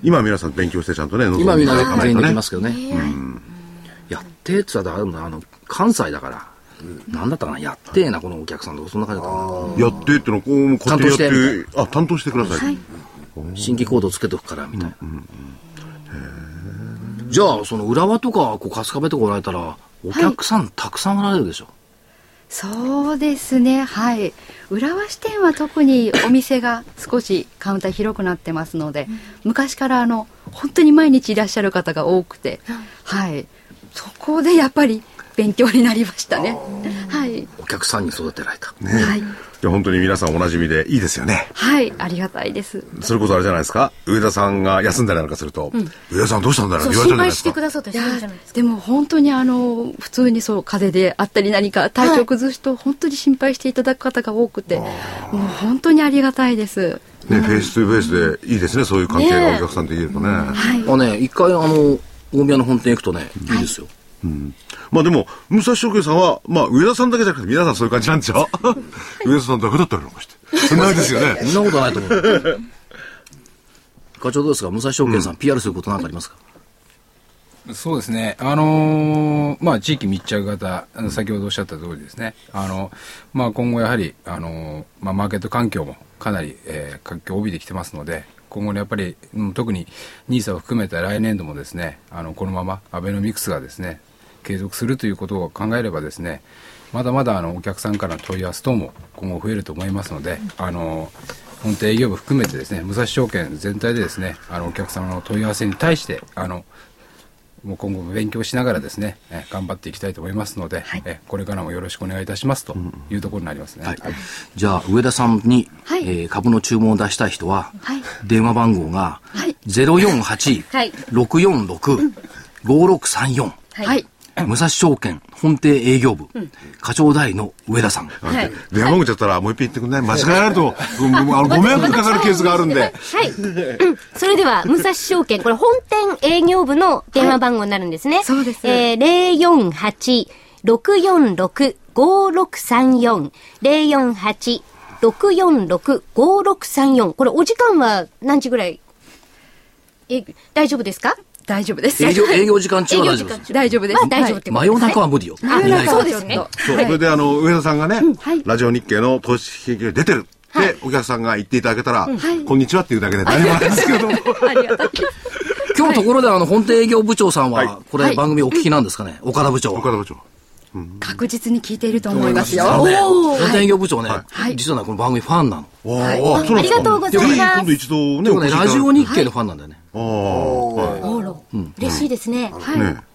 今皆さん勉強してちゃんとね、臨んで今みんなね行か全い員とでねきますけどね。うんやってって言ったら、あの、あの関西だから、なんだったかな、やってえな、このお客さんとか、そんな感じだったかな。やってってのをこう、もう勝手にやって、あ、担当してください。新規コードつけとくからみたいな、じゃあその浦和とかこう春日部とか来られたらお客さんたくさんおられるでしょ、そうですね、はい、浦和支店は特にお店が少しカウンター広くなってますので、昔からあの本当に毎日いらっしゃる方が多くて、はい、そこでやっぱり勉強になりましたね。はい、お客さんに育てられた、はい、いや、本当に皆さんおなじみでいいですよね。はい、ありがたいです。それこそあれじゃないですか。上田さんが休んだりなんかすると、上田さんどうしたんだろうって言われたんじゃないですか。だそうといやでも本当にあの普通にそう風邪であったり何か体調崩すと本当に心配していただく方が多くて、もう本当にありがたいです。ね、フェイストゥフェイスでいいですね、そういう関係がお客さんと言えるとね。はい、まあね一回あの大宮の本店行くとねいいですよ、まあでも、武蔵証券さんは、まあ上田さんだけじゃなくて皆さんそういう感じなんでしょ 上田さんだけだったりなんかして。そんなわけですよね。そんなことないと思う。 課長どうですか武蔵証券さん、PR することなんかありますかそうですね、あのーまあ、地域密着型、あの先ほどおっしゃった通りですね、あのまあ、今後やはり、あのーまあ、マーケット環境もかなり、えー、活気を帯びてきてますので、今後のやっぱり、うん特に NISA を含めた来年度もですね、あのこのままアベノミクスがですね継続するということを考えればですね、まだまだあのお客さんからの問い合わせ等も今後増えると思いますので、あのー本店営業部含めてですね、武蔵証券全体でですね、あのお客様の問い合わせに対して、あのもう今後も勉強しながらですね、え頑張っていきたいと思いますので、えこれからもよろしくお願いいたしますというところになりますね。はいじゃあ、上田さんに、はいえー株の注文を出したい人は、はい電話番号が、はいはい048-646-5634。はい。武蔵証券本店営業部、課長代の上田さん。なんて電話番号ちゃったら、もう一遍言ってくんない間違えられると、うんあのご迷惑かかるケースがあるんで。はい。うんそれで は、武蔵証券、これ本店営業部の電話番号になるんです ね。そうですえー、048-646-5634。048-646-5634。これ、お時間は何時ぐらいえ、大丈夫ですか大丈夫です。営業、営業時間中は大丈夫営業で時間す。大丈まあ大丈夫夫です。ってこと真夜中は無理よ。あいないからそうですね。そう、それであの、上田さんがね、ラジオ日経の投資研究に出てる。で、お客さんが言っていただけたら、こんにちはっていうだけで大丈夫なんですけども。今日ところで、あの、本店営業部長さんは、はこれ番組お聞きなんですかね、岡田部長。岡田部長。確実に聞いていると思いますよ。あのねおー本店営業部長ね、はい実はね、この番組ファンなの。おーあそうなんですかありがとうございますぜひ今度一度ね、でもおね、越しいたラだいてジオ日経のファンなんだよね。ああ、はい。おろ嬉しいですね。ね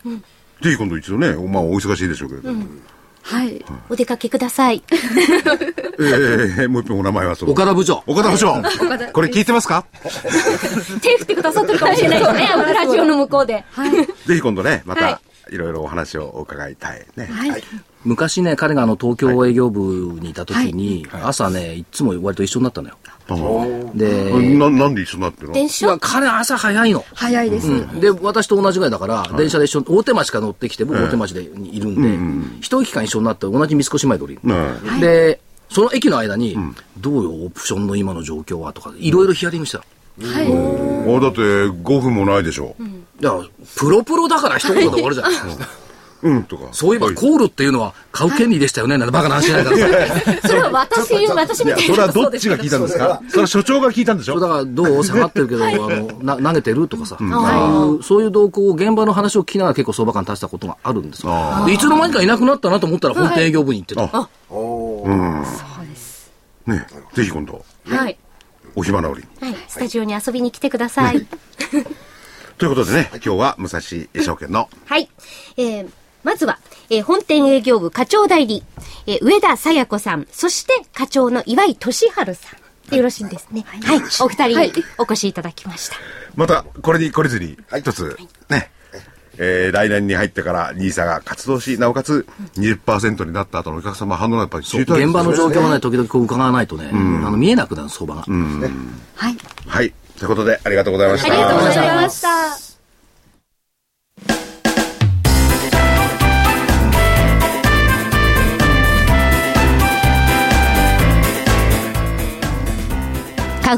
えぜひ今度一度ね、おまあお忙しいでしょうけれども。はい。お出かけください。ええ、もう一遍お名前はその岡田部長。岡田部長。これ聞いてますか 手振ってくださってるかもしれないです ね。あのラジオの向こうで。ぜひ今度ね、まはた、いろいろお話をお伺いたいね。はい。昔ね、彼があの、東京営業部にいた時に、朝ね、いつも割と一緒になったのよ。あーで、な、なんで一緒になってるの電い車や彼朝早いの。早いです。で、私と同じぐらいだから、電車で一緒に、大手町から乗ってきて、僕大手町でいるんで、一駅間一緒になって、同じ三越前通り。ねえで、その駅の間に、どうよ、オプションの今の状況はとか、いろいろヒアリングしたの。あだって5分もないでしょ。だから、プロプロだから一言で終わるじゃん。うん、とか。そういえば、コールっていうのは買う権利でしたよね、なんてバカな話しないからさ。 それは私、私いみや、たいそれなはどっちが聞いたんですかそれは所長が聞いたんでしそょうだから、ど う下がってるけど、あの、な投げてるとかさ、はそういう、そういう動向を、現場の話を聞きながら結構相場感立したことがあるんですよあでいつの間にかいなくなったなと思ったら、本店営業部に行ってた。あ、うん。ねえぜひ今度、はい。お暇直りに。はい。スタジオに遊びに来てください。ということでね、今日は武蔵証券のはい。えーまずは、えー本店営業部課長代理、えー上田さや子さん、そして課長の岩井俊治さん。でよろしいんですね。はい。お二人にお越しいただきました。またこれに懲りずに一つ、ね、えー来年に入ってからニーサが活動しなおかつ20%になった後のお客様反応がやっぱり知りたいですよね現場の状況をね、時々こう伺わないとね、あの見えなくなる相場が。はい。はいということでありがとうございましあたりがとうございました。花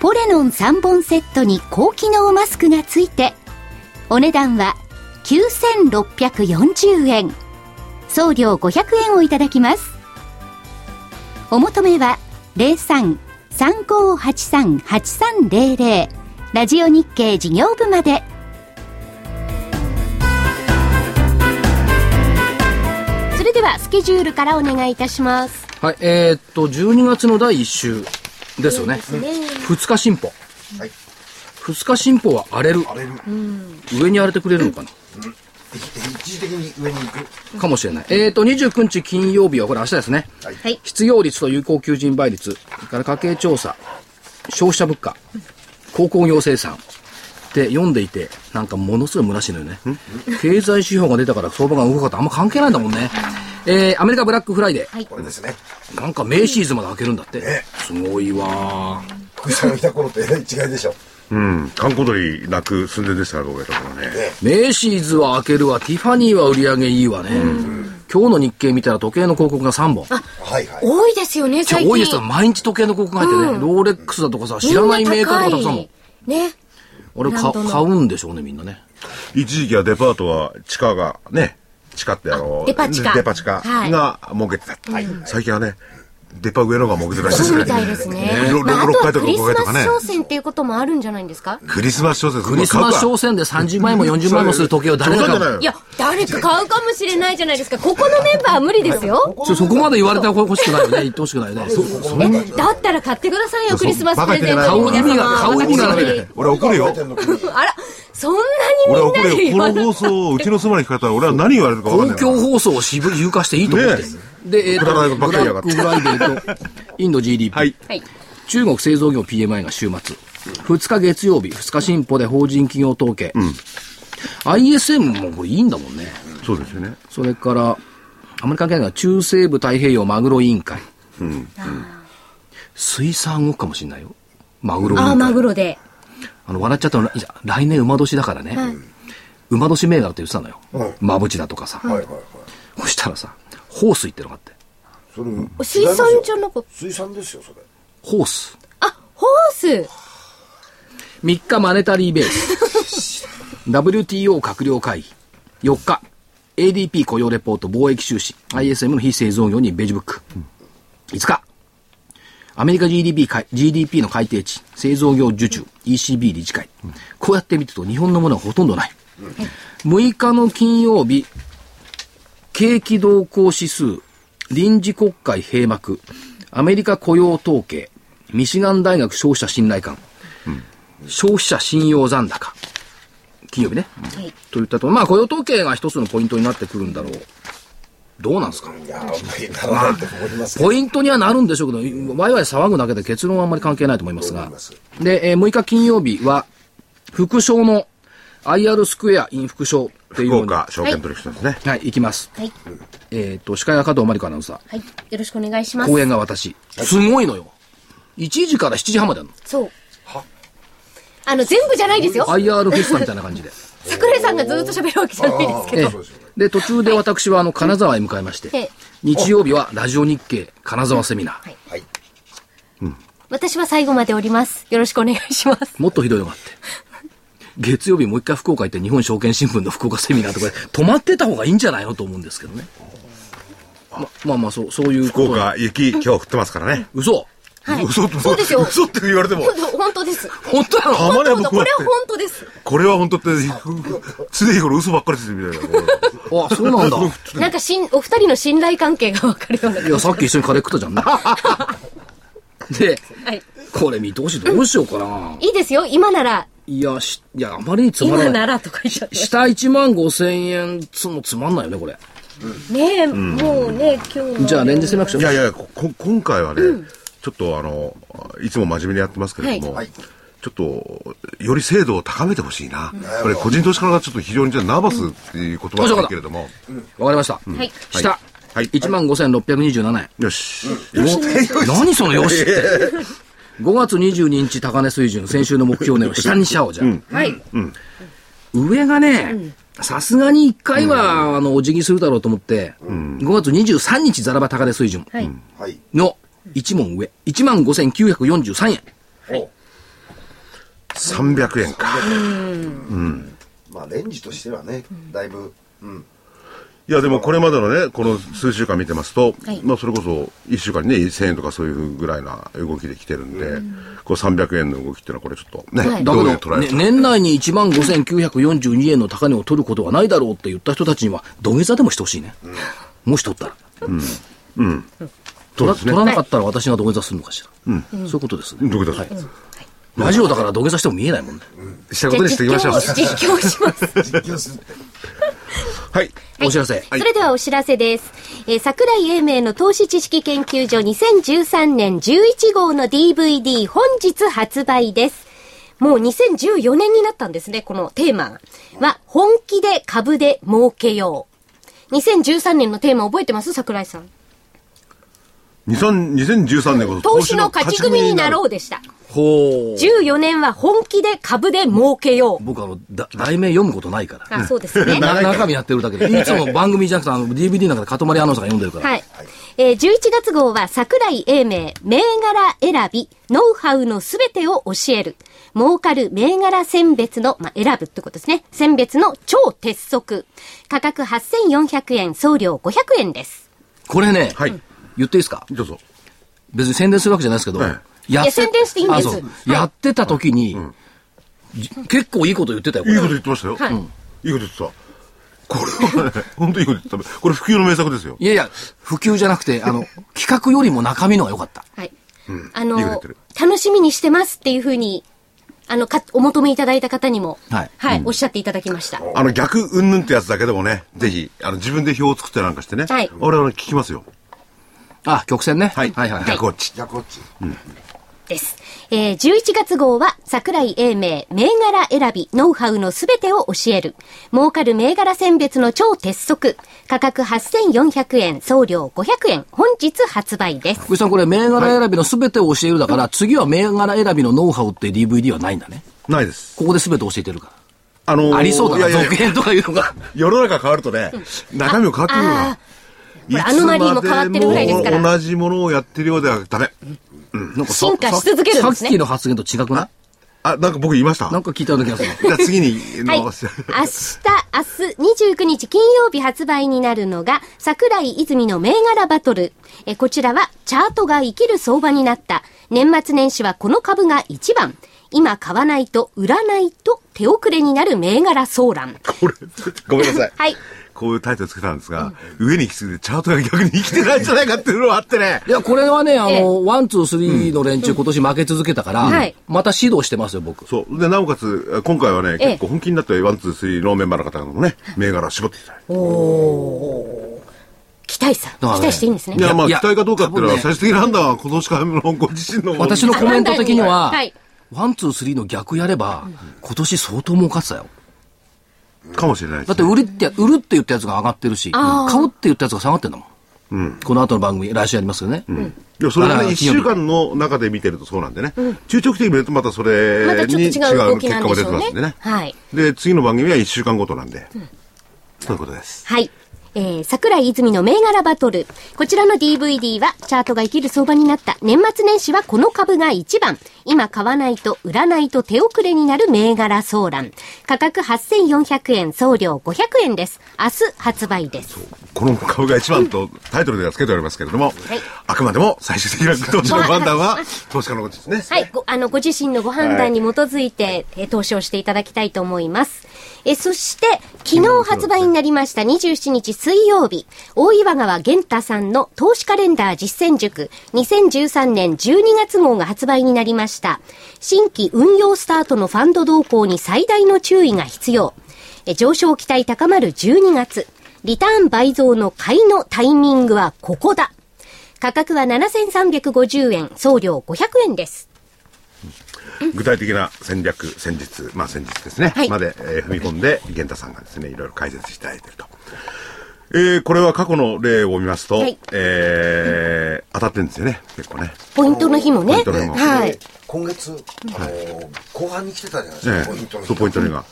ポレノン3本セットに高機能マスクがついてお値段は9640円送料500円をいただきますお求めは03-3583-8300ラジオ日経事業部までそれではスケジュールからお願いいたしますはい、えーっと、12月の第1週ですよね。ね2日進歩。はい2日進歩は荒れる。あれで上に荒れてくれるのかな、一時的に上に行くかもしれない。えーっと、29日金曜日は、これ明日ですね。はい失業率と有効求人倍率、それから家計調査、消費者物価、鉱工業生産。で読んでいて、なんかものすごい虚しいのよね。経済指標が出たから相場が動くかってあんま関係ないんだもんね。えー、アメリカブラックフライデー。これですねなんか名シーズンまで開けるんだって。すごいわー福井さんがいた頃とえらい違いでしょうん。観光鳥泣く寸前でしたから、僕がいた頃ね。メーシーズは開けるわ、ティファニーは売り上げいいわね。今日の日経見たら時計の広告が3本。はいはい多いですよね今最日近多いですよ。毎日時計の広告が入ってね。ローレックスだとかさ、知らないメーカーとかたくさんもん。ね俺ブラかンドの買うんでしょうね、みんなね。一時期はデパートは地下がね地下ってあのあデパ地下デパ地下はいが儲けてた、最近はねデパ上の方が儲けてるらしいですそうねみたいですね。 ろまあ、あろとは6回とクかリス5回とマかスね商戦っていうこともあるんじゃないんですかクリスマス商戦クリスマス商戦戦で30万円も40万円もする時計を誰が買ういや、誰か買うかもしれないじゃないですか。ここのメンバーは無理ですよ。ちょそこまで言われてほしくないよね。言ってほしくないよね。え、だったら買ってくださいよ、クリスマスプレゼンバカト買にう意皆味様。が、買う意味がない。俺怒るよ あら、そんな俺にみん怒なにるよ言こわのない。放送をうちの妻に聞かれたら俺は何言われるか分かんな公いから共放送を渋い有化していいと思ってね。で、えっと、くブだらラないことばっかりやがッってクフライデーと、インド GDP。はいはい。中国製造業 PMI が週末。2日月曜日、2日進歩で法人企業統計。ISM もこれいいんだもんね。そうですよねそれから、あまり関係ないのは中西部太平洋マグロ委員会。水産動くかもしれないよ。マグロ委員あー、会。マグロで。あの、笑っちゃったの、いや来年馬年だからね。馬年銘柄って言ってたのよ。馬淵だとかさ。はいはいはいそしたらさ、ホースってのがあって。それ水産じゃなかっ水産ですよそれホース。た。あ、ホース。 3日マネタリーベース WTO 閣僚会議4日 ADP 雇用レポート貿易収支 ISM の非製造業にベージュブック5日アメリカ GDP, か GDP の改定値製造業受注 ECB 理事会こうやって見てると日本のものはほとんどない6日の金曜日景気動向指数、臨時国会閉幕、アメリカ雇用統計、ミシガン大学消費者信頼感、消費者信用残高、金曜日ね。いといったところ、まあ雇用統計が一つのポイントになってくるんだろう。どうなんですかいやーならないと思いますポイントにはなるんでしょうけど、ワイワイ騒ぐだけで結論はあんまり関係ないと思いますが。で、えー6日金曜日は、副賞の IR スクエアイン副賞っていう福のに、岡は証券取引所ですね、い、行きます。はい。えっ、と、司会が加藤真理子アナウンサー。はい。よろしくお願いします公。演が私。すごいのよ。1時から7時半まであるの。そう。あの、全部じゃないですよ。 IR フェスタみたいな感 じで。桜井さんがずっと喋るわけじゃないですけえど。えで、途中で私はあの、金沢へ向かいましえてえ、日曜日はラジオ日経金沢セミナー。はい私は最後までおります。よろしくお願いします。もっとひどいのがあって。月曜日もう一回福岡行って日本証券新聞の福岡セミナーとかで止まってた方がいいんじゃないのと思うんですけどね。ままあまあ、そう、そういう福ことに。岡雪今日降ってますからね、嘘はい。嘘ってそうですよ。嘘って言われても本当本当です。本当なのたま本には当僕こはっれはて本当です。これは本当って常日頃嘘ばっかりついてるみたいなあ、そうなんだ。なんかしん、お二人の信頼関係がわかるような。いや、さっき一緒にカレー食ったじゃ んね。で、はい。これ見通しどうしようかな。いいですよ。今なら、いや、し、いや、あまりにつま今らな。ないらとか言っちゃって。下1万5千円つもつまんないよね、これ。ねえ、もうね、今日の。じゃあ、レンジセレクション。いやいや、ここ今回はね、ちょっとあの、いつも真面目にやってますけれども、はいちょっと、より精度を高めてほしいな。これ、個人投資家がちょっと非常にじゃあナーバスっていう言葉があるけれども、わかりました。はい。下、はい1万5627円。よし。何そのよしって。5月22日高値水準、先週の目標値を下にしちゃおうじゃん。はい。上がね、さすがに1回は、あの、お辞儀するだろうと思って、5月23日ザラバ高値水準はい。はいの1問上、1万5943円。 300円か。まあレンジとしてはねだいぶうんいや、でもこれまでのね、この数週間見てますと、はいまあそれこそ1週間にね、1000円とかそういうぐらいな動きで来てるんで、こう300円の動きっていうのはこれちょっとね、だどういうけ捉ど、えねる、か年内に1万5942円の高値を取ることはないだろうって言った人たちには、土下座でもしてほしいね。もし取ったら。そう取らですね取らなかったら私が土下座するのかしら。そういうことですね。どういうことですラジオだから土下座しても見えないもんね。したことにしていきましょう。実況します。 はい。お知らせ。それではお知らせです。えー桜井英明の投資知識研究所2013年11号の DVD 本日発売です。もう2014年になったんですね、このテーマは、本気で株で儲けよう。2013年のテーマ覚えてます桜井さん。 2000 2013年こそ投資の勝ち組になろうでした。ほう。 14年は本気で株で儲けよう。僕あの、だ題名読むことないから。あ、そうです ね。な中身やってるだけ で。いつも番組じゃなくて、あの、DVD の中でかとまりアナウンサーが読んでるから。はい。えー、11月号は桜井英明、銘柄選び、ノウハウのすべてを教える、儲かる銘柄選別の、まあ、選ぶってことですね。選別の超鉄則。価格8400円、送料500円です。これね、はい言っていいですかどうぞ。別に宣伝するわけじゃないですけど、えやいや宣伝していいんですあそうはいやってた時に、じ結構いいこと言ってたよ、こいいれこと言ってましたよ。はいうんいいこと言ってた。これはね、 本当にいいこと言ってた。これ普及の名作ですよ。いやいや、普及じゃなく て、あの、企画よりも中身のが良かった。はい。あいいこと言っのてる、楽しみにしてますっていうふうに、あの、か、お求めいただいた方にも、はいおっしゃっていただきました。あの逆云々ってやつだけでもね、ぜひ、あの自分で表を作ってなんかしてね、はい俺は聞きますよ。あ、曲線ね。はい。はいはい、はい。逆落ち。じゃあこっち。です。えー、11月号は、桜井英明、銘柄選び、ノウハウのすべてを教える。儲かる銘柄選別の超鉄則。価格8400円、送料500円。本日発売です。福井さん、これ、銘柄選びの全てを教えるだから、次は銘柄選びのノウハウって DVD はないんだね。ないです。ここで全て教えてるから。あのーありそうだな、いやいや続編とかいうのが。世の中変わるとね、中身も変わってくあるわあ。ーこれアノマリーも変わってるぐらいですからつまも同じものをやってるようではダメ。なんかさ進化し続けるんですさねっきの発言と違くなあ、なんか僕言いましたいなんか聞いたような気がする。じゃあ次に、はい。の明日、明日29日金曜日発売になるのが、桜井泉の銘柄バトル。え、こちらは、チャートが生きる相場になった。年末年始はこの株が一番。今買わないと、売らないと、手遅れになる銘柄騒乱。これ、ごめんなさい。はい。こういうタイトルつけたんですが、上に行きすぎてチャートが逆に生きてないんじゃないかっていうのはあってねい。や、これはね、あええの、ワン、ツー、スリーの連中、今年負け続けたから、はいまた指導してますよ、僕。そう。で、なおかつ、今回はえね、え結構本気になって、ワン、ツー、スリーのメンバーの方々もね、銘柄を絞っていただいて。期待さ。期だからね待していいんですねい。や、まあ、い期や待かどうかっていう多分のは、ね最終的な判断は、今年からのご自身の。私のコメント的にははい、ワン、ツー、スリーの逆やれば、今年相当儲かってたよ。かもしれないですだねって、売るって、売るって言ったやつが上がってるし、あー買うって言ったやつが下がってんだもん。この後の番組、来週やりますよね。いや、それあはらね、一週間の中で見てるとそうなんでね。中長期的に見るとまたそれまたちょにっ違とう結違う動きな果んでしが出ょてうまねすんでね。はい。で、次の番組は一週間ごとなんで。そういうことです。はい。えー、桜井泉の銘柄バトル。こちらの DVD は、チャートが生きる相場になった。年末年始はこの株が一番。今買わないと、売らないと手遅れになる銘柄騒乱。価格8400円、送料500円です。明日発売です。この顔が一番とタイトルではつけておりますけれどもい、あくまでも最終的な投資の判断は、投資家のことですね。はい、ごあのご自身のご判断に基づいて、えー投資をしていただきたいと思います。えーそして、昨日発売になりました27日水曜日、大岩川玄太さんの投資カレンダー実践塾2013年12月号が発売になりました。新規運用スタートのファンド動向に最大の注意が必要。えー上昇期待高まる12月。リターン倍増の買いのタイミングはここだ。価格は7350円、送料500円です。具体的な戦略、戦術、まあ戦術ですね。はいまで、えー踏み込んで、源太さんがですね、いろいろ解説していただいていると。えーこれは過去の例を見ますと、はいえー当たってるんですよね、結構ね。ポイントの日もね。ポイントの日もはい。今月、あのー後半に来てたじゃないですねか、ポイントのそう、ポイントのに。が。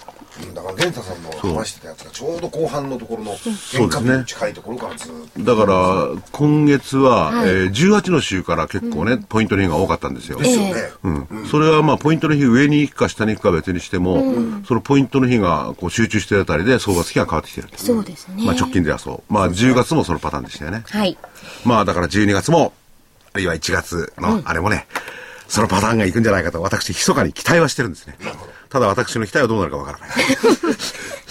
だから源太さんの話してたやつがちょうど後半のところのう変です化ね球に近いところからずっとだから、今月は、えー18の週から結構ね、ポイントの日が多かったんですよ。ですよね、うん、それはまあポイントの日上に行くか下に行くかは別にしても、そのポイントの日がこう集中してるあたりで相場付きが変わってきてるとそうですねまあ、直近ではそう、まあ、10月もそのパターンでしたよね、はい。まあだから12月もあるいは1月のあれもね、そのパターンが行くんじゃないかと私密かに期待はしてるんですねただ私の期待はどうなるかわからない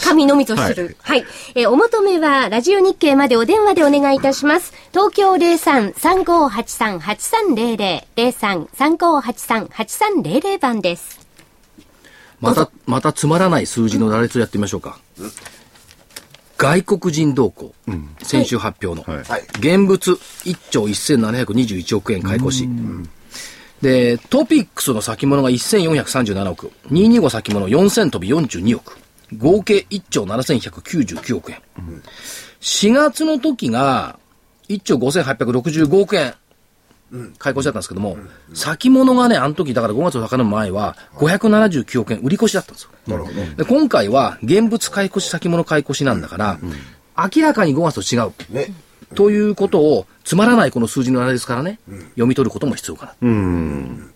神のみと知る。はい、えーお求めは、ラジオ日経までお電話でお願いいたします。東京03-3583-8300、03-3583-8300番です。また、またつまらない数字の羅列をやってみましょうか。外国人動向、先週発表の、はいはい現物1兆1721億円買い越し。で、トピックスの先物が1437億、225先物4000飛び42億、合計1兆7199億円。4月の時が1兆5865億円買い越しだったんですけども、先物がね、あの時、だから5月の高値の前は579億円売り越しだったんですよ。なるほど。で、今回は現物買い越し、先物買い越しなんだから、明らかに5月と違う。ねということを、つまらないこの数字のあれですからね、読み取ることも必要かな。だか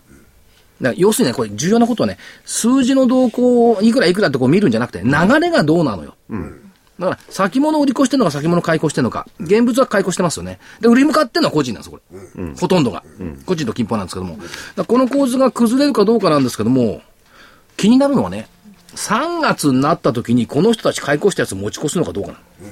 ら要するにね、これ重要なことはね、数字の動向をいくらいくらってこう見るんじゃなくて、流れがどうなのよ。だから、先物を売り越してるのか、先物買い越してるのか、現物は買い越してますよね。で、売り向かってるのは個人なんですよ、これ。ほとんどが。個人と金本なんですけども。だからこの構図が崩れるかどうかなんですけども、気になるのはね、3月になった時に、この人たち買い越したやつ持ち越すのかどうかなの。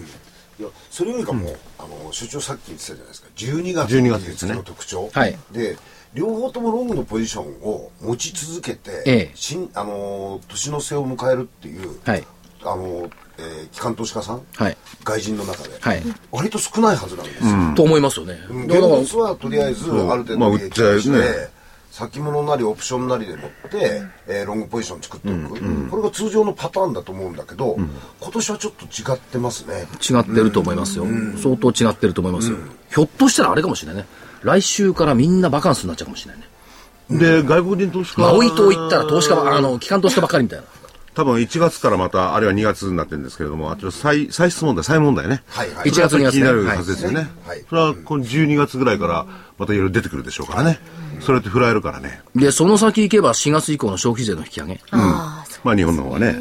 いやそれよりかも、あの所長さっき言ってたじゃないですか12月12月ですねの特徴はいで両方ともロングのポジションを持ち続けて、ええ新あのー年の瀬を迎えるっていう、はいあのーえー機関投資家さん、はい外人の中で、はい割と少ないはずなんですよ、と思いますよね。うんだ現から物はとりあえずあんる程まあ度売っ利益ちゃう出よして、ね先物なりオプションなりでもって、えーロングポジション作っておく、これが通常のパターンだと思うんだけど、今年はちょっと違ってますね違ってると思いますよ。相当違ってると思いますよ。ひょっとしたらあれかもしれないね。来週からみんなバカンスになっちゃうかもしれないね。で外国人投資家マウイ島行ったら投資家ば、あの、機関投資家ばっかりみたいな。多分1月からまたあるいは2月になってるんですけれどもあちょっと再再出問題再問題ねはいはい1月に気になるはいはずですよね、はいそれはこの12月ぐらいからまたいろいろ出てくるでしょうからね、それって振られるからねで、その先行けば4月以降の消費税の引き上げ。ああ、そまあ日本の方はね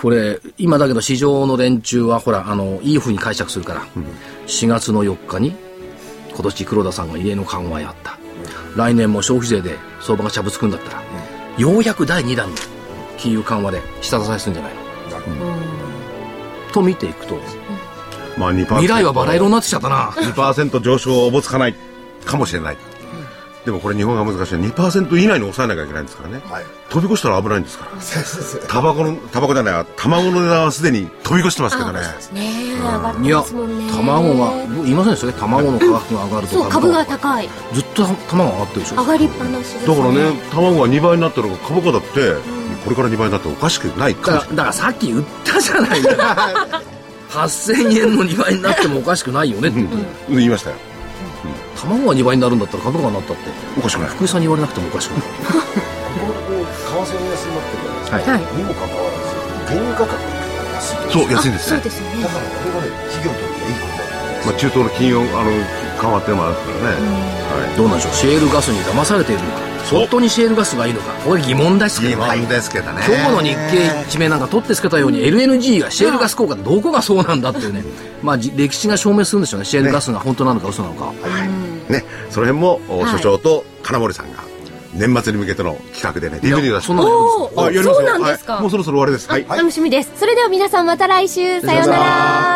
これ、今だけど市場の連中は、ほら、あの、いい風に解釈するから、4月の4日に、今年黒田さんが異例の緩和やった。来年も消費税で相場がちゃぶつくんだったら、ようやく第2弾に金融緩和で下支えするんじゃないの、と見ていくと、まあ2%未来はバラ色になってきちゃったな。 2%上昇をおぼつかないかもしれない、でもこれ日本が難しいのは2%以内に抑えなきゃいけないんですか らね、はい飛び越したら危ないんですからタバコのタバコじゃないわ卵の値段はすでに飛び越してますけどねうですね。上がっていやますもんね。、卵が、言いませんでしたね。卵の価格が上がるとそう、株が高い。ずっと卵上がってるでしょ上がりっぱなしです、だからね卵が2倍になったら株価だって、これから2倍になっておかしくないだかからもだからさっき言ったじゃない の8000円の2倍になってもおかしくないよねってことで、うん言いましたよ卵が2倍になるんだったら株価がなったっておかしくない福井さんに言われなくてもおかしくないここ為替円安になってるじゃないですか、はいにもかかわらず原油価格が安いそうだか安いんですそうねですよね。らこれがね企業にとってはいいことだまあ、中東の金融あの緩和っていうのもあるんですけどね、はどうなんでしょうシェールガスに騙されているのかそう本当にシェールガスがいいのかこれ疑問ですけどねですけどね今日の日経一面なんか取ってつけたように LNG がシェールガス効果どこがそうなんだっていうね、まあ、じ歴史が証明するんでしょうねシェールガスが本当なのか嘘なのか、ねその辺も、おはい所長と金森さんが年末に向けての企画でね DVD を出してそんなのやるんですかおお、そうなんですか、はいもうそろそろ終わりですはい楽しみです。それでは皆さんまた来週、さようなら。